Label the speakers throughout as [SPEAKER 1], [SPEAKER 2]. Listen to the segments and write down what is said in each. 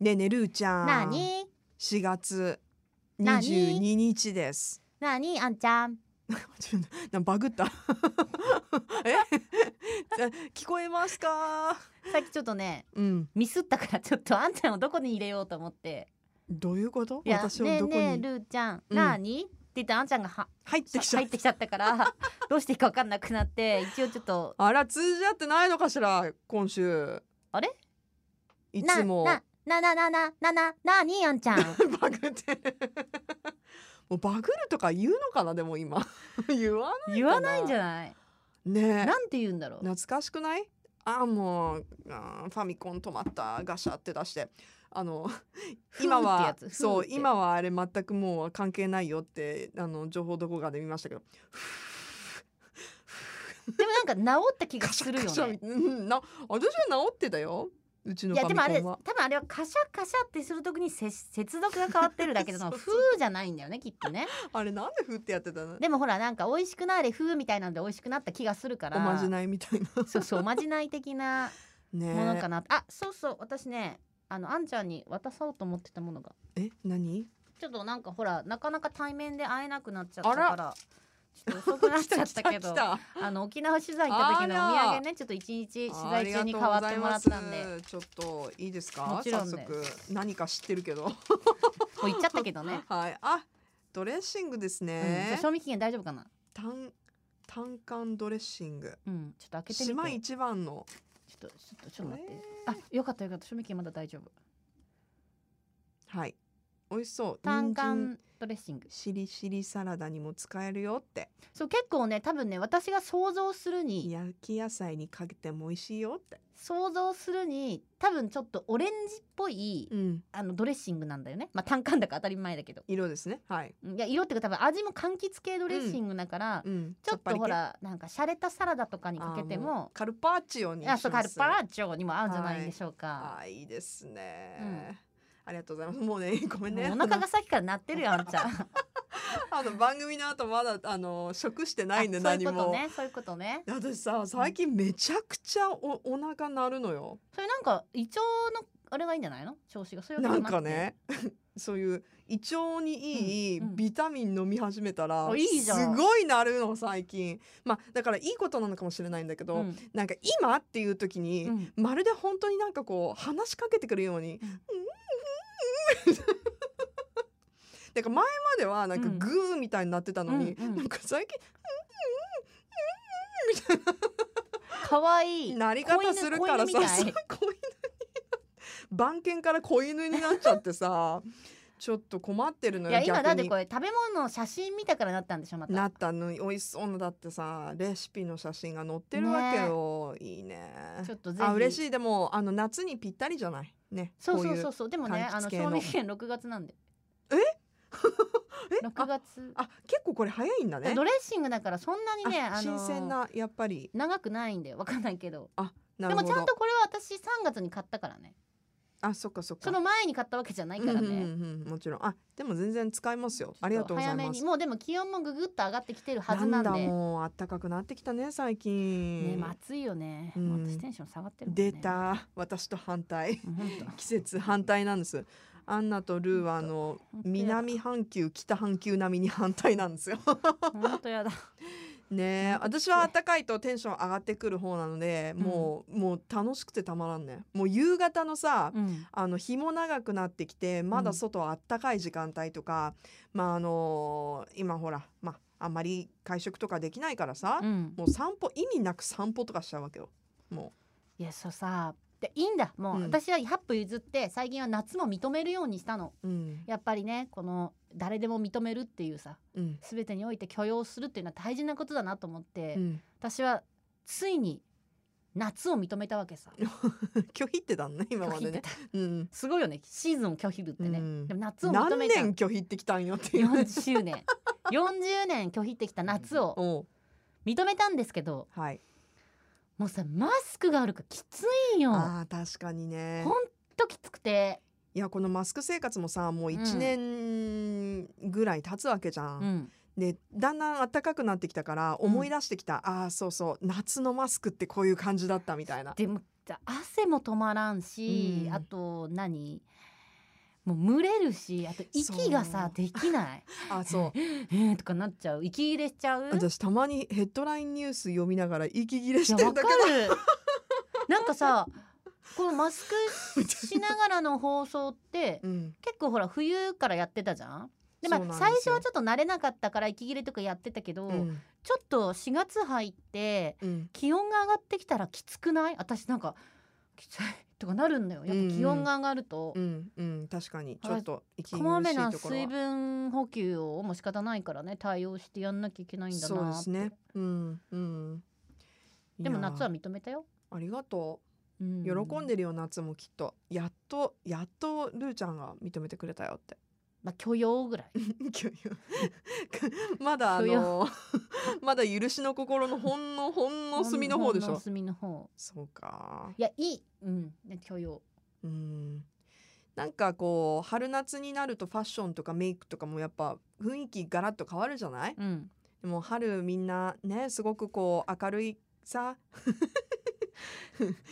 [SPEAKER 1] ねえねえるーちゃん。
[SPEAKER 2] なに
[SPEAKER 1] 4月
[SPEAKER 2] なに
[SPEAKER 1] 22日です。
[SPEAKER 2] なにあんちゃん
[SPEAKER 1] ちょっとなんバグった。 え？ じゃ聞こえますか？
[SPEAKER 2] さっきちょっとね
[SPEAKER 1] うん。
[SPEAKER 2] ミスったからちょっとあんちゃんをどこに入れようと思って
[SPEAKER 1] どういうこと？
[SPEAKER 2] いや
[SPEAKER 1] 私
[SPEAKER 2] ね
[SPEAKER 1] を
[SPEAKER 2] え
[SPEAKER 1] どこ
[SPEAKER 2] ねえ
[SPEAKER 1] に
[SPEAKER 2] るーちゃん、
[SPEAKER 1] うん
[SPEAKER 2] なにって言ったらあんちゃんがは
[SPEAKER 1] 入ってきちゃ
[SPEAKER 2] 入
[SPEAKER 1] っ
[SPEAKER 2] ってきちゃったから どうしていいか分かんなくなって一応ちょっと
[SPEAKER 1] た。あら通じ合ってないのかしら今週。
[SPEAKER 2] あれ？
[SPEAKER 1] いつも
[SPEAKER 2] ななななななななにあんちゃん
[SPEAKER 1] バグって。もうバグるとか言うのかなでも今 言わ
[SPEAKER 2] 言わないんじゃない
[SPEAKER 1] んねえ
[SPEAKER 2] なんて言うんだろう
[SPEAKER 1] 懐かしくないあーもうあーファミコン止まったガシャって出してあの
[SPEAKER 2] ふー
[SPEAKER 1] 今は
[SPEAKER 2] ってやつふー
[SPEAKER 1] そう
[SPEAKER 2] って
[SPEAKER 1] 今はあれ全くもう関係ないよってあの情報どこかで見ましたけど
[SPEAKER 2] でもなんか治った気が
[SPEAKER 1] ガシ
[SPEAKER 2] す
[SPEAKER 1] ャ
[SPEAKER 2] る
[SPEAKER 1] ガ
[SPEAKER 2] よ
[SPEAKER 1] シャ、
[SPEAKER 2] ね
[SPEAKER 1] うん、な私は治ってたようちの
[SPEAKER 2] い
[SPEAKER 1] フ
[SPEAKER 2] や
[SPEAKER 1] ァ
[SPEAKER 2] で
[SPEAKER 1] ミ
[SPEAKER 2] もあれ
[SPEAKER 1] コン
[SPEAKER 2] 多
[SPEAKER 1] は
[SPEAKER 2] 分あれはカシャカシャってするときに接接続が変わってるだけでその
[SPEAKER 1] そう
[SPEAKER 2] 風じゃないんだよねきっとね
[SPEAKER 1] あれなんでふってやってたの
[SPEAKER 2] でもほらなんか美味しくなれ風みたいなんで美味しくなった気がするから
[SPEAKER 1] おまじないみたいな
[SPEAKER 2] そうそうおまじない的なも の
[SPEAKER 1] ね
[SPEAKER 2] かな、あそうそう私ねあのあんちゃんに渡そうと思ってたものが
[SPEAKER 1] ええ何
[SPEAKER 2] ちょっとなんかほらなかなか対面で会えなくなっちゃったから
[SPEAKER 1] あ
[SPEAKER 2] ちょっと遅くなっちゃったけ
[SPEAKER 1] 来
[SPEAKER 2] ど
[SPEAKER 1] た
[SPEAKER 2] あの沖縄取材行った時のお土産ねちょっと一日
[SPEAKER 1] 来
[SPEAKER 2] 取
[SPEAKER 1] た
[SPEAKER 2] 材中に代わってもらったん
[SPEAKER 1] あり
[SPEAKER 2] で
[SPEAKER 1] がとうございますちょっといいですか
[SPEAKER 2] もちろんで
[SPEAKER 1] 早速何か知ってるけど
[SPEAKER 2] もう行っちゃったけどね、
[SPEAKER 1] はいあドレッシングですね、
[SPEAKER 2] うん、賞味期限大丈夫かな
[SPEAKER 1] タンタンカンドレッシング
[SPEAKER 2] うんちょっと開けてみて
[SPEAKER 1] 島一番の
[SPEAKER 2] ちょっとちょっとちょっと待って、あよかったよかった賞味期限まだ大丈夫
[SPEAKER 1] はい美味しそう
[SPEAKER 2] タン
[SPEAKER 1] 人
[SPEAKER 2] カ
[SPEAKER 1] 参
[SPEAKER 2] ンドレッシング
[SPEAKER 1] しりしりサラダにも使えるよって
[SPEAKER 2] そう結構ね多分ね私が想像するに
[SPEAKER 1] 焼き野菜にかけても美味しいよって
[SPEAKER 2] 想像するに多分ちょっとオレンジっぽい、
[SPEAKER 1] うん
[SPEAKER 2] あのドレッシングなんだよねまあ単管だから当たり前だけど
[SPEAKER 1] 色ですねはい
[SPEAKER 2] うんいや色っていうか多分味も柑橘系ドレッシングだから、
[SPEAKER 1] うん
[SPEAKER 2] ちょ
[SPEAKER 1] さ
[SPEAKER 2] っ
[SPEAKER 1] ぱ
[SPEAKER 2] と
[SPEAKER 1] り系
[SPEAKER 2] ほらなんか洒落たサラダとかにかけて
[SPEAKER 1] あーう
[SPEAKER 2] も
[SPEAKER 1] カルパッチオに
[SPEAKER 2] あそうカルパ
[SPEAKER 1] ッ
[SPEAKER 2] ーチョにも合うんじゃないでしょうか、
[SPEAKER 1] あーいいですね、
[SPEAKER 2] うん
[SPEAKER 1] ありがとうございますもうねごめんね
[SPEAKER 2] もうお腹がさっきから鳴ってるよあんちゃ
[SPEAKER 1] あ
[SPEAKER 2] ん
[SPEAKER 1] のあの番組の後まだあの食してないんで
[SPEAKER 2] あ そう
[SPEAKER 1] 何
[SPEAKER 2] いうこ
[SPEAKER 1] も
[SPEAKER 2] とねそういうことね
[SPEAKER 1] 私さ最近めちゃくちゃおお腹鳴るのよ
[SPEAKER 2] それなんか胃腸のあれがいいんじゃないの調子がそういうわ
[SPEAKER 1] な
[SPEAKER 2] け
[SPEAKER 1] ん
[SPEAKER 2] じゃくて
[SPEAKER 1] かね そういう胃腸にいい
[SPEAKER 2] うんうん
[SPEAKER 1] ビタミン飲み始めたら、
[SPEAKER 2] あいいじゃん
[SPEAKER 1] すごいなるの最近まあだからいいことなのかもしれないんだけど、
[SPEAKER 2] うん
[SPEAKER 1] なんか今っていう時に、
[SPEAKER 2] うん
[SPEAKER 1] まるで本当になんかこう話しかけてくるように「うん
[SPEAKER 2] うん
[SPEAKER 1] うんうん」 なんか前まではなんか
[SPEAKER 2] うん
[SPEAKER 1] グーみたいになってたのに、
[SPEAKER 2] うんうん
[SPEAKER 1] なんか最近
[SPEAKER 2] 可愛い
[SPEAKER 1] なり方するからさ
[SPEAKER 2] 子犬子犬み
[SPEAKER 1] そう 子犬に番犬から子犬になっちゃってさちょっと困ってるの
[SPEAKER 2] い
[SPEAKER 1] よ
[SPEAKER 2] や今だっ
[SPEAKER 1] 逆
[SPEAKER 2] て
[SPEAKER 1] に
[SPEAKER 2] これ食べ物の写真見たからなったんでしょまた
[SPEAKER 1] なったのに美味しそうなだってさレシピの写真が載ってるわけよ、いいね
[SPEAKER 2] ちょっとぜひ
[SPEAKER 1] あ嬉しいでもあの夏にぴったりじゃないね
[SPEAKER 2] そうそう
[SPEAKER 1] こい
[SPEAKER 2] そうう
[SPEAKER 1] う
[SPEAKER 2] そうでもね
[SPEAKER 1] 柑
[SPEAKER 2] あ
[SPEAKER 1] 橘
[SPEAKER 2] の
[SPEAKER 1] 系
[SPEAKER 2] 賞
[SPEAKER 1] の
[SPEAKER 2] 味期限6月なんで
[SPEAKER 1] え
[SPEAKER 2] 6
[SPEAKER 1] あ
[SPEAKER 2] 月
[SPEAKER 1] あ結構これ早いんだね
[SPEAKER 2] ドレッシングだからそんなにね
[SPEAKER 1] あ
[SPEAKER 2] あ
[SPEAKER 1] 新
[SPEAKER 2] の
[SPEAKER 1] 鮮なやっぱり
[SPEAKER 2] 長くないんでわかんないけど
[SPEAKER 1] な
[SPEAKER 2] で
[SPEAKER 1] るほ
[SPEAKER 2] も
[SPEAKER 1] ど
[SPEAKER 2] ちゃんとこれは私3月に買ったからね
[SPEAKER 1] あそっかそっか
[SPEAKER 2] その前に買ったわけじゃないからね、
[SPEAKER 1] うんうんうんうんもちろんあでも全然使えますよありがとうござい
[SPEAKER 2] 早
[SPEAKER 1] ま
[SPEAKER 2] めに
[SPEAKER 1] す
[SPEAKER 2] もうでも気温もぐぐっと上がってきてるはずなんで
[SPEAKER 1] だもうあったかくなってきたね最近
[SPEAKER 2] ねまあ暑いよね、
[SPEAKER 1] うん
[SPEAKER 2] もう私テンション下がってるもんね
[SPEAKER 1] 出た私と反対
[SPEAKER 2] うんほんと
[SPEAKER 1] 季節反対なんですアンナとルーはあの
[SPEAKER 2] 本当やだ
[SPEAKER 1] 南半球北半球並みに反対なん ですよ
[SPEAKER 2] 本当やだ
[SPEAKER 1] ねえ私は暖かいとテンション上がってくる方なので
[SPEAKER 2] うん
[SPEAKER 1] もう、もう楽しくてたまらんねもう夕方のさ、
[SPEAKER 2] うん
[SPEAKER 1] あの日も長くなってきてまだ外あったかい時間帯とか、まああの今ほらまああんまり会食とかできないからさ、
[SPEAKER 2] うん
[SPEAKER 1] もう散歩意味なく散歩とかしちゃうわけよも
[SPEAKER 2] いやそうさでいいんだもう、
[SPEAKER 1] うん
[SPEAKER 2] 私は100歩譲って最近は夏も認めるようにしたの
[SPEAKER 1] ううん
[SPEAKER 2] やっぱりねこの誰でも認めるっていうさ
[SPEAKER 1] うん
[SPEAKER 2] 全てにおいて許容するっていうのは大事なことだなと思って、
[SPEAKER 1] うん、
[SPEAKER 2] 私はついに夏を認めたわけさ
[SPEAKER 1] 拒否ってたのね今ま
[SPEAKER 2] 拒
[SPEAKER 1] で
[SPEAKER 2] 否って
[SPEAKER 1] ね
[SPEAKER 2] た
[SPEAKER 1] うん
[SPEAKER 2] すごいよねシーズンを拒否るってね、
[SPEAKER 1] うん
[SPEAKER 2] でも夏を認
[SPEAKER 1] 何
[SPEAKER 2] めた
[SPEAKER 1] 年拒否ってきたんよっていうね。
[SPEAKER 2] 40周年40年拒否ってきた夏 を
[SPEAKER 1] おう
[SPEAKER 2] 認めたんですけど
[SPEAKER 1] はい。
[SPEAKER 2] もうさマスクがあるからきついよほん
[SPEAKER 1] ああ確かにね。
[SPEAKER 2] ときつくて
[SPEAKER 1] いやこのマスク生活もさもう
[SPEAKER 2] うん
[SPEAKER 1] 1年ぐらい経つわけじゃ。
[SPEAKER 2] うんん
[SPEAKER 1] でだんだん暖かくなってきたから思い出してきた、ああそうそう夏のマスクってこういう感じだったみたいな。
[SPEAKER 2] でもじゃあ汗も止まらんし、
[SPEAKER 1] うん
[SPEAKER 2] あと何もう群れるしあと息がさ
[SPEAKER 1] そう
[SPEAKER 2] できない
[SPEAKER 1] あ そう
[SPEAKER 2] えーとかなっちゃう息切れしちゃう
[SPEAKER 1] 私たまにヘッドラインニュース読みながら息切れ
[SPEAKER 2] い
[SPEAKER 1] し
[SPEAKER 2] や
[SPEAKER 1] て
[SPEAKER 2] わ
[SPEAKER 1] ん
[SPEAKER 2] か
[SPEAKER 1] だ
[SPEAKER 2] る
[SPEAKER 1] けど
[SPEAKER 2] なんかさこのマスク
[SPEAKER 1] みたいな
[SPEAKER 2] しながらの放送って
[SPEAKER 1] うん
[SPEAKER 2] 結構ほら冬からやってたじゃんでまあ
[SPEAKER 1] そうなんですよ
[SPEAKER 2] 最初はちょっと慣れなかったから息切れとかやってたけど、
[SPEAKER 1] うん
[SPEAKER 2] ちょっと4月入って
[SPEAKER 1] うん
[SPEAKER 2] 気温が上がってきたらきつくない私なんかきついとかなるんだよやっぱ気温が上がると、
[SPEAKER 1] うんうん確かに
[SPEAKER 2] あ
[SPEAKER 1] ちょっと息
[SPEAKER 2] こま
[SPEAKER 1] 苦し
[SPEAKER 2] め
[SPEAKER 1] い
[SPEAKER 2] な
[SPEAKER 1] ところ
[SPEAKER 2] 水
[SPEAKER 1] は
[SPEAKER 2] 分補給をもう仕方ないからね対応してやんなきゃいけないんだな
[SPEAKER 1] そう
[SPEAKER 2] って
[SPEAKER 1] ですねうんうん
[SPEAKER 2] でも夏はい
[SPEAKER 1] や
[SPEAKER 2] 認めたよ、
[SPEAKER 1] ーありがとう
[SPEAKER 2] う
[SPEAKER 1] ん喜んでるよ夏もきっとやっとやっとルーちゃんが認めてくれたよって
[SPEAKER 2] まあ許容ぐらい
[SPEAKER 1] 許容まだあ
[SPEAKER 2] 許
[SPEAKER 1] の まだ許しの心のほんのほんの隅の方でし
[SPEAKER 2] ほんの
[SPEAKER 1] ょ
[SPEAKER 2] 隅の方
[SPEAKER 1] そうか
[SPEAKER 2] いやいいうんね許容
[SPEAKER 1] うんなんかこう春夏になるとファッションとかメイクとかもやっぱ雰囲気ガラッと変わるじゃない
[SPEAKER 2] うん
[SPEAKER 1] でも春みんなねすごくこう明るいさ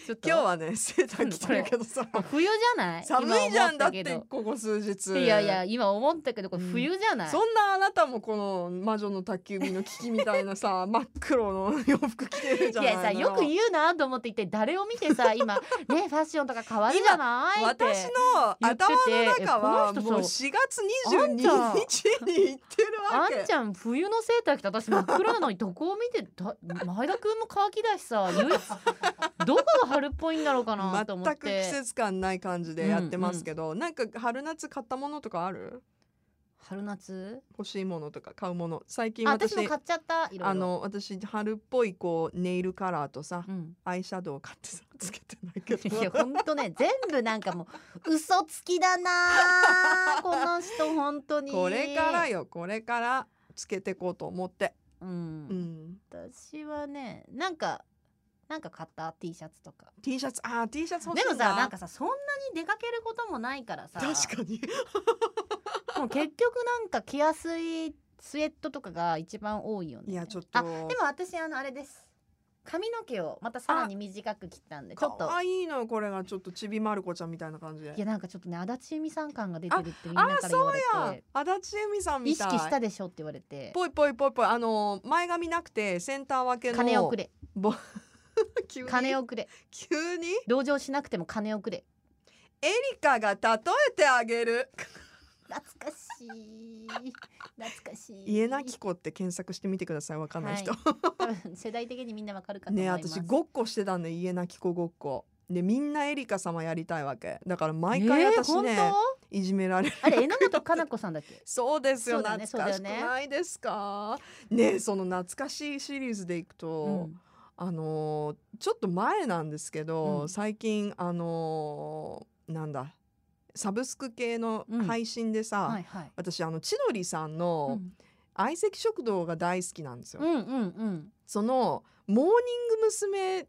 [SPEAKER 2] ちょっと
[SPEAKER 1] 今日はね セーター着てるけどさ
[SPEAKER 2] もう冬じゃない
[SPEAKER 1] 寒いじゃんだって
[SPEAKER 2] 今思
[SPEAKER 1] ここ数
[SPEAKER 2] たけ
[SPEAKER 1] 日
[SPEAKER 2] どいやいや今思ったけどこれ
[SPEAKER 1] うん
[SPEAKER 2] 冬じゃない、
[SPEAKER 1] そんなあなたもこの魔女の宅急便の危機みたいな さ真っ黒の洋服着てるじゃ
[SPEAKER 2] い
[SPEAKER 1] ない
[SPEAKER 2] やさよく言うなと思って言って誰を見 てさ今ねファッションとか変わるじゃないって
[SPEAKER 1] 私の
[SPEAKER 2] 言って
[SPEAKER 1] 頭
[SPEAKER 2] て
[SPEAKER 1] の中は
[SPEAKER 2] えこの人
[SPEAKER 1] もう4月22日に
[SPEAKER 2] あん
[SPEAKER 1] 行ってるわ
[SPEAKER 2] あ
[SPEAKER 1] け
[SPEAKER 2] んちゃん冬のセーター着て私真っ暗なのにどこを見てだ前田君も乾きだしさ唯 一どこが春っぽいんだろうかなと思っ
[SPEAKER 1] 全く季
[SPEAKER 2] て
[SPEAKER 1] 節感ない感じでやってますけど、なんか春夏買ったものとかある
[SPEAKER 2] 春夏
[SPEAKER 1] 欲しいものとか買うもの最近
[SPEAKER 2] あ
[SPEAKER 1] 私
[SPEAKER 2] 私も買っちゃったいろいろ
[SPEAKER 1] あの私春っぽいこうネイルカラーとさ
[SPEAKER 2] うん
[SPEAKER 1] アイシャドウ買ってさつけてないけど
[SPEAKER 2] いや本 当ね全部なんかもう嘘つきだなあこの人本当に
[SPEAKER 1] これからよこれからつけてこうと思って、
[SPEAKER 2] う
[SPEAKER 1] うんん、
[SPEAKER 2] 私はねなんかなんか買った T シャツとか
[SPEAKER 1] T シャツあー T シャツ欲し
[SPEAKER 2] で
[SPEAKER 1] い
[SPEAKER 2] も
[SPEAKER 1] な
[SPEAKER 2] さなんかさそんなに出かけることもないからさ
[SPEAKER 1] 確かに
[SPEAKER 2] もう結局なんか着やすいスウェットとかが一番多いよね
[SPEAKER 1] いやちょっと
[SPEAKER 2] あでも私あのあれです髪の毛をまたさらに短く切ったんでちょっ
[SPEAKER 1] か
[SPEAKER 2] と
[SPEAKER 1] わいいのよこれがちょっとちびまる子ちゃんみたいな感じで
[SPEAKER 2] いやなんかちょっとね足立由美さん感が出てるってみんな
[SPEAKER 1] あ
[SPEAKER 2] から言われ
[SPEAKER 1] あ
[SPEAKER 2] て
[SPEAKER 1] 足立由美さん
[SPEAKER 2] 意
[SPEAKER 1] みたい
[SPEAKER 2] 識したでしょって言われて
[SPEAKER 1] ぽいぽいぽいぽいあの前髪なくてセンター分けの
[SPEAKER 2] 金をくれ
[SPEAKER 1] ぼ 急に
[SPEAKER 2] 金をくれ
[SPEAKER 1] 急に
[SPEAKER 2] 同情しなくても金をくれ
[SPEAKER 1] エリカが例えてあげる
[SPEAKER 2] 懐かしい懐かしい
[SPEAKER 1] 家なき子って検索してみてくださいわかんない人、
[SPEAKER 2] 多分 世代的にみんなわかるかと思い
[SPEAKER 1] ね
[SPEAKER 2] ます
[SPEAKER 1] 私ごっこしてたんで家なき子ごっこでみんなエリカ様やりたいわけだから毎回私ね、
[SPEAKER 2] えー本
[SPEAKER 1] いじめられる
[SPEAKER 2] 当あれ榎本かな子さんだっけ
[SPEAKER 1] そうですよ
[SPEAKER 2] そうだね
[SPEAKER 1] 懐かし
[SPEAKER 2] そ
[SPEAKER 1] く
[SPEAKER 2] うだよね
[SPEAKER 1] ないですかねえその懐かしいシリーズでいくと、
[SPEAKER 2] うん
[SPEAKER 1] あのーちょっと前なんですけど、
[SPEAKER 2] うん
[SPEAKER 1] 最近あのーなんだサブスク系の
[SPEAKER 2] うん
[SPEAKER 1] 配信でさ、
[SPEAKER 2] はいはい
[SPEAKER 1] 私あの千鳥さんの相席食堂が大好きなんですよ。
[SPEAKER 2] うんうんうん
[SPEAKER 1] そのモーニング娘。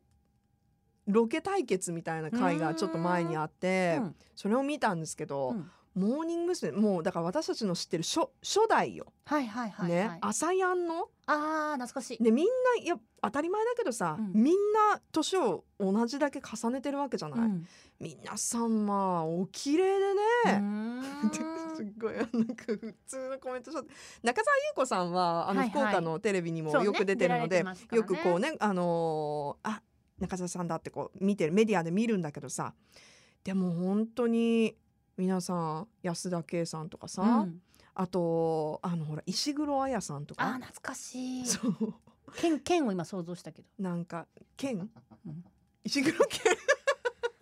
[SPEAKER 1] ロケ対決みたいな回がちょっと前にあって、
[SPEAKER 2] うん
[SPEAKER 1] それを見たんですけど、
[SPEAKER 2] うん
[SPEAKER 1] モーニング娘。もうだから私たちの知ってる初初代よ、
[SPEAKER 2] はいはいはい、はい
[SPEAKER 1] ね朝やんの
[SPEAKER 2] あー懐かしい、
[SPEAKER 1] でみんないや当たり前だけどさ、
[SPEAKER 2] うん
[SPEAKER 1] みんな年を同じだけ重ねてるわけじゃない、
[SPEAKER 2] うん
[SPEAKER 1] 皆さんまあお綺麗でね、
[SPEAKER 2] う
[SPEAKER 1] で
[SPEAKER 2] ーん
[SPEAKER 1] すっごいなんか普通のコメントしちゃって中澤優子さんはあの
[SPEAKER 2] はいはい
[SPEAKER 1] 福岡のテレビにも
[SPEAKER 2] そうね
[SPEAKER 1] よく出てるの
[SPEAKER 2] 出られ
[SPEAKER 1] で、
[SPEAKER 2] てますからね
[SPEAKER 1] よくこうねあのーあ中澤さんだってこう見てるメディアで見るんだけどさでも本当に皆さん安田圭さんとかさ、
[SPEAKER 2] うん
[SPEAKER 1] あとあのほら石黒彩さんと
[SPEAKER 2] あー
[SPEAKER 1] か
[SPEAKER 2] 懐かしい
[SPEAKER 1] そう
[SPEAKER 2] 剣剣を今想 像したけど
[SPEAKER 1] なんか剣
[SPEAKER 2] うん
[SPEAKER 1] 石黒剣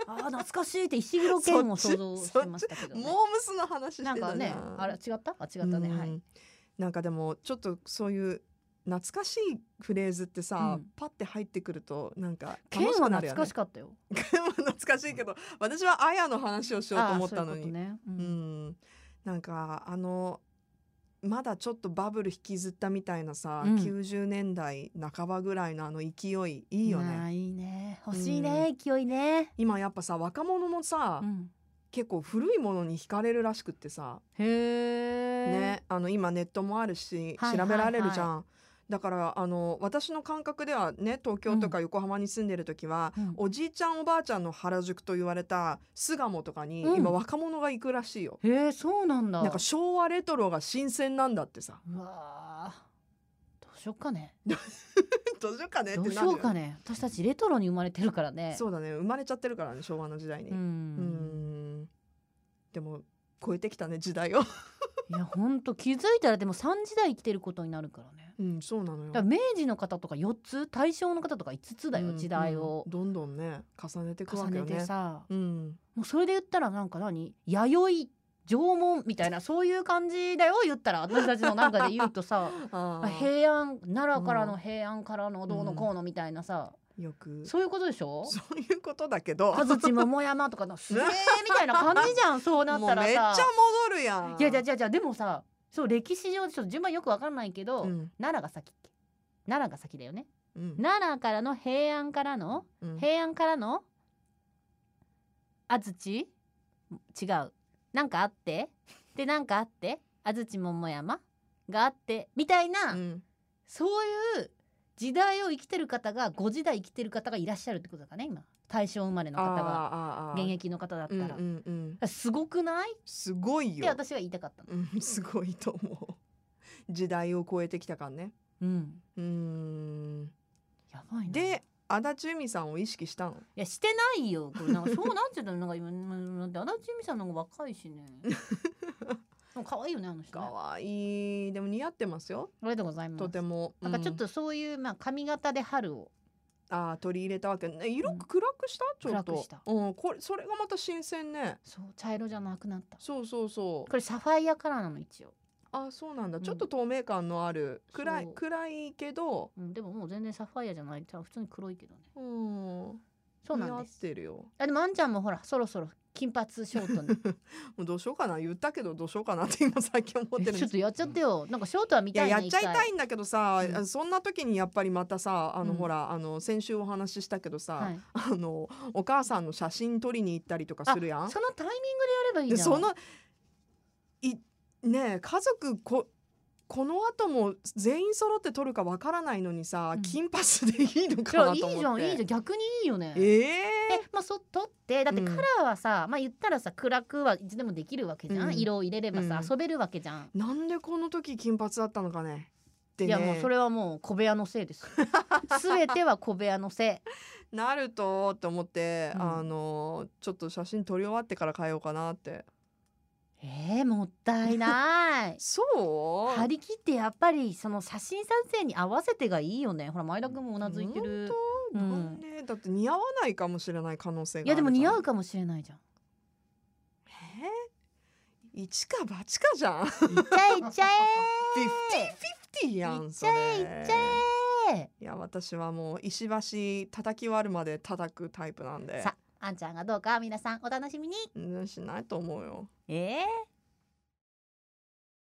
[SPEAKER 2] あー懐かしいって石黒剣を想像してましたけど、ね、
[SPEAKER 1] モームスの話して
[SPEAKER 2] な
[SPEAKER 1] た
[SPEAKER 2] ん
[SPEAKER 1] じゃ
[SPEAKER 2] かねあれ違ったあ違ったね
[SPEAKER 1] うん
[SPEAKER 2] はい
[SPEAKER 1] なんかでもちょっとそういう懐かしいフレーズってさ、
[SPEAKER 2] うん
[SPEAKER 1] パッて入ってくるとなんか
[SPEAKER 2] 剣
[SPEAKER 1] 楽し
[SPEAKER 2] は
[SPEAKER 1] くなる
[SPEAKER 2] 懐
[SPEAKER 1] よね
[SPEAKER 2] かしかったよ
[SPEAKER 1] 剣は懐かしいけど私はあやの話をしようと思ったのに
[SPEAKER 2] あーそういうことねう
[SPEAKER 1] うんんなんかあのまだちょっとバブル引きずったみたいなさ、
[SPEAKER 2] うん
[SPEAKER 1] 90年代半ばぐらいのあの勢いいいよ
[SPEAKER 2] ま
[SPEAKER 1] ね
[SPEAKER 2] あいいね欲しいね、勢いね、
[SPEAKER 1] 今やっぱさ若者もさ、
[SPEAKER 2] うん、
[SPEAKER 1] 結構古いものに惹かれるらしくってさ
[SPEAKER 2] へえ
[SPEAKER 1] ね、あの今ネットもあるし
[SPEAKER 2] はい
[SPEAKER 1] 調べられるじゃん、だからあの私の感覚ではね東京とか横浜に住んでる時は、
[SPEAKER 2] うん
[SPEAKER 1] おじいちゃんおばあちゃんの原宿と言われた巣鴨とかに、
[SPEAKER 2] うん
[SPEAKER 1] 今若者が行くらしいよ。
[SPEAKER 2] へえそうなんだ
[SPEAKER 1] なんか昭和レトロが新鮮なんだってさ
[SPEAKER 2] うわーどうしよっかね
[SPEAKER 1] どうしようかねって
[SPEAKER 2] ど
[SPEAKER 1] な
[SPEAKER 2] う
[SPEAKER 1] る
[SPEAKER 2] し
[SPEAKER 1] よね
[SPEAKER 2] ようかね私たちレトロに生まれてるからね
[SPEAKER 1] そうだね生まれちゃってるからね昭和の時代に
[SPEAKER 2] う
[SPEAKER 1] うんんでも超えてきたね時代を
[SPEAKER 2] いやほんと気づいたらでも3時代生きてることになるからね
[SPEAKER 1] うんそうなのよ
[SPEAKER 2] だから明治の方とか4つ大正の方とか5つだ
[SPEAKER 1] う
[SPEAKER 2] よ
[SPEAKER 1] ん
[SPEAKER 2] 時代を
[SPEAKER 1] うんどんどんね重ねていく
[SPEAKER 2] 重
[SPEAKER 1] わけ
[SPEAKER 2] ね
[SPEAKER 1] よね
[SPEAKER 2] てさ
[SPEAKER 1] うん
[SPEAKER 2] もうそれで言ったらなんか何弥生縄文みたいなそういう感じだよ言ったら私たちのなんかで言う とさ
[SPEAKER 1] あー
[SPEAKER 2] 平安奈良から
[SPEAKER 1] う
[SPEAKER 2] の
[SPEAKER 1] ん
[SPEAKER 2] 平安からのどうのこうのみたいなさ、
[SPEAKER 1] よく
[SPEAKER 2] そういうことでしょ
[SPEAKER 1] そういうことだけど
[SPEAKER 2] 安土桃山 とかのすげえみたいな感じじゃんそうなっ
[SPEAKER 1] もう
[SPEAKER 2] たら
[SPEAKER 1] めっち
[SPEAKER 2] さ
[SPEAKER 1] ゃ戻るやん
[SPEAKER 2] いやいやいやいやでもさそう歴史上ちょっと順番よくわかんないけど、
[SPEAKER 1] うん
[SPEAKER 2] 奈良が先っけ奈良が先だよね
[SPEAKER 1] うん
[SPEAKER 2] 奈良からの平安からの
[SPEAKER 1] うん
[SPEAKER 2] 平安からの安土違うなんかあってでなんかあって安土桃山があってみたいな、
[SPEAKER 1] うん
[SPEAKER 2] そういう時代を生きてる方が5時代生きてる方がいらっしゃるってことだからね今大正生まれの方
[SPEAKER 1] あ
[SPEAKER 2] が
[SPEAKER 1] ーあーあー
[SPEAKER 2] 現役の方だった
[SPEAKER 1] うん
[SPEAKER 2] ら、
[SPEAKER 1] うんうん
[SPEAKER 2] すごくないっ
[SPEAKER 1] すごい
[SPEAKER 2] て
[SPEAKER 1] よ
[SPEAKER 2] 私は言いたかったの。
[SPEAKER 1] うんすごいと思う時代を超えてきた感ね
[SPEAKER 2] うん、
[SPEAKER 1] うん
[SPEAKER 2] やばいな
[SPEAKER 1] で足立由美さんを意識したの
[SPEAKER 2] いやしてないよこれなんかそうなんていうのなんか今なんて足立由美さんの方が若いし ねでも可愛いよねあの人ね
[SPEAKER 1] 可愛いでも似合ってますよ
[SPEAKER 2] ありがとうございます
[SPEAKER 1] とても
[SPEAKER 2] なんかちょっ
[SPEAKER 1] う
[SPEAKER 2] とそういう、まあ、髪型で春を
[SPEAKER 1] んあー取り入れたわけね色
[SPEAKER 2] うん
[SPEAKER 1] 暗くしたちょっ
[SPEAKER 2] 暗く
[SPEAKER 1] と
[SPEAKER 2] した
[SPEAKER 1] うんこれそれがまた新鮮ね
[SPEAKER 2] そう茶色じゃなくなった
[SPEAKER 1] そうそうそう
[SPEAKER 2] これサファイアカラーなの一応、
[SPEAKER 1] あそうなんだ
[SPEAKER 2] うん
[SPEAKER 1] ちょっと透明感のある暗い
[SPEAKER 2] そう
[SPEAKER 1] 暗いけど
[SPEAKER 2] うん、でももう全然サファイアじゃないじゃあ普通に黒いけどね
[SPEAKER 1] うん
[SPEAKER 2] そうな
[SPEAKER 1] 似合
[SPEAKER 2] ん
[SPEAKER 1] っ
[SPEAKER 2] です
[SPEAKER 1] てるよ
[SPEAKER 2] あでもあんちゃんもほらそろそろ金髪ショー トに
[SPEAKER 1] もうどうしようかな言ったけどどうしようかなって今さっき思ってるん で
[SPEAKER 2] ちょっ
[SPEAKER 1] す
[SPEAKER 2] とやっちゃってよなんかショートは見
[SPEAKER 1] い
[SPEAKER 2] た
[SPEAKER 1] や
[SPEAKER 2] いな
[SPEAKER 1] やっちゃい
[SPEAKER 2] 一
[SPEAKER 1] た
[SPEAKER 2] 回
[SPEAKER 1] いんだけどさ、
[SPEAKER 2] うん
[SPEAKER 1] そんな時にやっぱりまたさあの、
[SPEAKER 2] うん
[SPEAKER 1] ほらあの先週お話ししたけどさ、
[SPEAKER 2] はい、
[SPEAKER 1] あのお母さんの写真撮りに行ったりとかするやん
[SPEAKER 2] そ。のタイミングでやればいいじ
[SPEAKER 1] で
[SPEAKER 2] ゃん
[SPEAKER 1] そのいねえ家族ここの後も全員揃って撮るかわからないのにさ、
[SPEAKER 2] うん
[SPEAKER 1] 金髪でいいの
[SPEAKER 2] じゃ
[SPEAKER 1] か
[SPEAKER 2] あ
[SPEAKER 1] ない
[SPEAKER 2] い
[SPEAKER 1] と
[SPEAKER 2] じ
[SPEAKER 1] 思って。
[SPEAKER 2] ゃんいいじゃん逆にいいよね
[SPEAKER 1] え
[SPEAKER 2] えまあ、そ取ってだって
[SPEAKER 1] うん
[SPEAKER 2] カラーはさ、まあ言ったらさ暗くはいつでもできるわけじゃん、
[SPEAKER 1] うん
[SPEAKER 2] 色を入れればさ、
[SPEAKER 1] うん
[SPEAKER 2] 遊べるわけじゃん、
[SPEAKER 1] えなんでこの時金髪だったのかね。で
[SPEAKER 2] い
[SPEAKER 1] ね
[SPEAKER 2] やもうそれはもう小部屋のせい です全ては小部屋のせい
[SPEAKER 1] なるとって思って、
[SPEAKER 2] うん
[SPEAKER 1] あのちょっと写真撮り終わってから変えようかなって。
[SPEAKER 2] えー、もったいない
[SPEAKER 1] そう
[SPEAKER 2] 張り切ってやっぱりその写真撮影に合わせてがいいよねほら前田君もうなずいてる
[SPEAKER 1] 本当、
[SPEAKER 2] うん
[SPEAKER 1] なんでだって似合わないかもしれない可能性があ
[SPEAKER 2] いや
[SPEAKER 1] るじ
[SPEAKER 2] で
[SPEAKER 1] ゃん
[SPEAKER 2] も似合うかもしれないじゃん
[SPEAKER 1] え一か八かじゃんフ
[SPEAKER 2] いっちゃえいっち
[SPEAKER 1] ィ
[SPEAKER 2] ゃ
[SPEAKER 1] フティや
[SPEAKER 2] えいっ
[SPEAKER 1] ん
[SPEAKER 2] ち
[SPEAKER 1] そ
[SPEAKER 2] ゃ
[SPEAKER 1] れ
[SPEAKER 2] えいっちゃえ
[SPEAKER 1] いや私はもう石橋叩き割るまで叩くタイプなんで
[SPEAKER 2] さああんちゃんがどうか皆さんお楽しみに
[SPEAKER 1] うんしないと思うよ
[SPEAKER 2] えー、